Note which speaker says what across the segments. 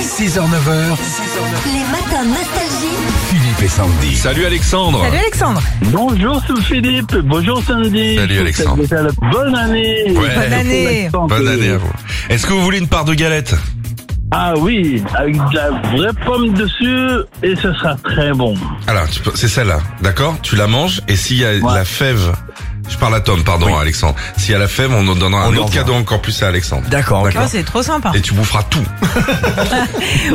Speaker 1: 6h, 9h,
Speaker 2: Les matins nostalgiques.
Speaker 1: Philippe et Sandy.
Speaker 3: Salut Alexandre
Speaker 4: Salut Alexandre
Speaker 5: Bonjour Philippe, bonjour Sandy.
Speaker 3: Salut, Alexandre.
Speaker 5: Je vous souhaite déjà la Bonne année.
Speaker 3: Ouais.
Speaker 4: Bonne année.
Speaker 5: Alexandre.
Speaker 3: Bonne année à vous. Est-ce que vous voulez une part de galette
Speaker 5: Ah oui, avec de la vraie pomme dessus et ce sera très bon.
Speaker 3: Alors, tu peux- c'est celle-là, d'accord Tu la manges et s'il y a de la fève, je parle à Tom, pardon à Alexandre. S'il y a la fève, on en donnera
Speaker 1: On
Speaker 3: un
Speaker 1: lui
Speaker 3: autre
Speaker 1: envoie.
Speaker 3: cadeau encore plus à Alexandre.
Speaker 1: D'accord, ok.
Speaker 4: Oh, c'est trop sympa.
Speaker 3: Et tu boufferas tout.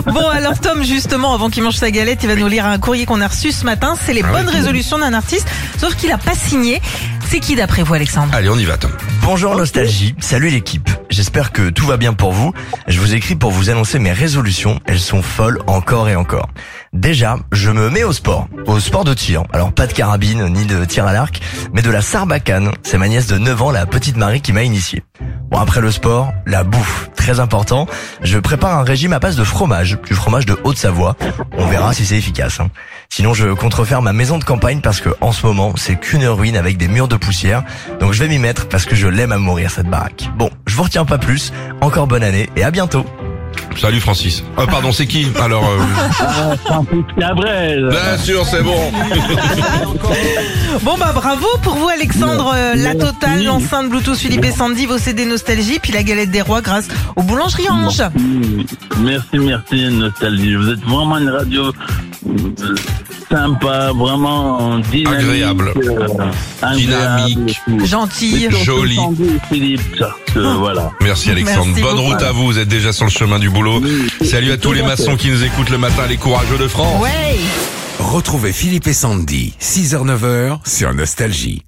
Speaker 4: Bon, alors Tom, justement, avant qu'il mange sa galette, il va nous lire un courrier qu'on a reçu ce matin. C'est les
Speaker 3: Ah
Speaker 4: bonnes
Speaker 3: oui.
Speaker 4: résolutions d'un artiste, sauf qu'il n'a pas signé. C'est qui d'après vous, Alexandre
Speaker 3: Allez, on y va Tom.
Speaker 1: Bonjour Nostalgie, salut l'équipe. J'espère que tout va bien pour vous. Je vous écris pour vous annoncer mes résolutions. Elles sont folles encore et encore. Déjà, je me mets au sport. Au sport de tir. Alors pas de carabine, ni de tir à l'arc, mais de la sarbacane. C'est ma nièce de 9 ans, la petite Marie, qui m'a initié. Bon, après le sport, la bouffe. Très important. Je prépare un régime à base de fromage, du fromage de Haute-Savoie. On verra si c'est efficace. hein. Sinon, je compte refaire ma maison de campagne parce que en ce moment, c'est qu'une ruine avec des murs de poussière. Donc je vais m'y mettre parce que je l'aime à mourir cette baraque. Bon, je vous retiens pas plus. Encore bonne année et à bientôt.
Speaker 3: Salut Francis. Ah pardon, c'est qui Alors, euh,
Speaker 5: Ah, Francis Cabrel.
Speaker 3: bien sûr, c'est bon.
Speaker 4: Bon, bah bravo pour vous, Alexandre. Euh, la
Speaker 5: Merci.
Speaker 4: totale, l'enceinte Bluetooth Philippe et Sandy, vos CD Nostalgie, puis la galette des rois grâce aux boulangeries Ange.
Speaker 5: Mmh. Merci, merci Nostalgie. Vous êtes vraiment une radio euh, sympa, vraiment dynamique.
Speaker 3: Agréable.
Speaker 5: euh, agréable.
Speaker 3: Dynamique.
Speaker 4: Gentille.
Speaker 5: Et surtout
Speaker 3: Jolie.
Speaker 5: Sandy, Philippe, parce que
Speaker 4: Oh.
Speaker 5: voilà.
Speaker 3: Merci Alexandre.
Speaker 4: Merci
Speaker 3: Bonne
Speaker 4: beaucoup.
Speaker 3: route à vous. Vous êtes déjà sur le chemin du boulot. Salut à tous les maçons qui nous écoutent le matin, les courageux de France.
Speaker 4: Ouais.
Speaker 6: Retrouvez Philippe et Sandy, 6h-9h sur Nostalgie.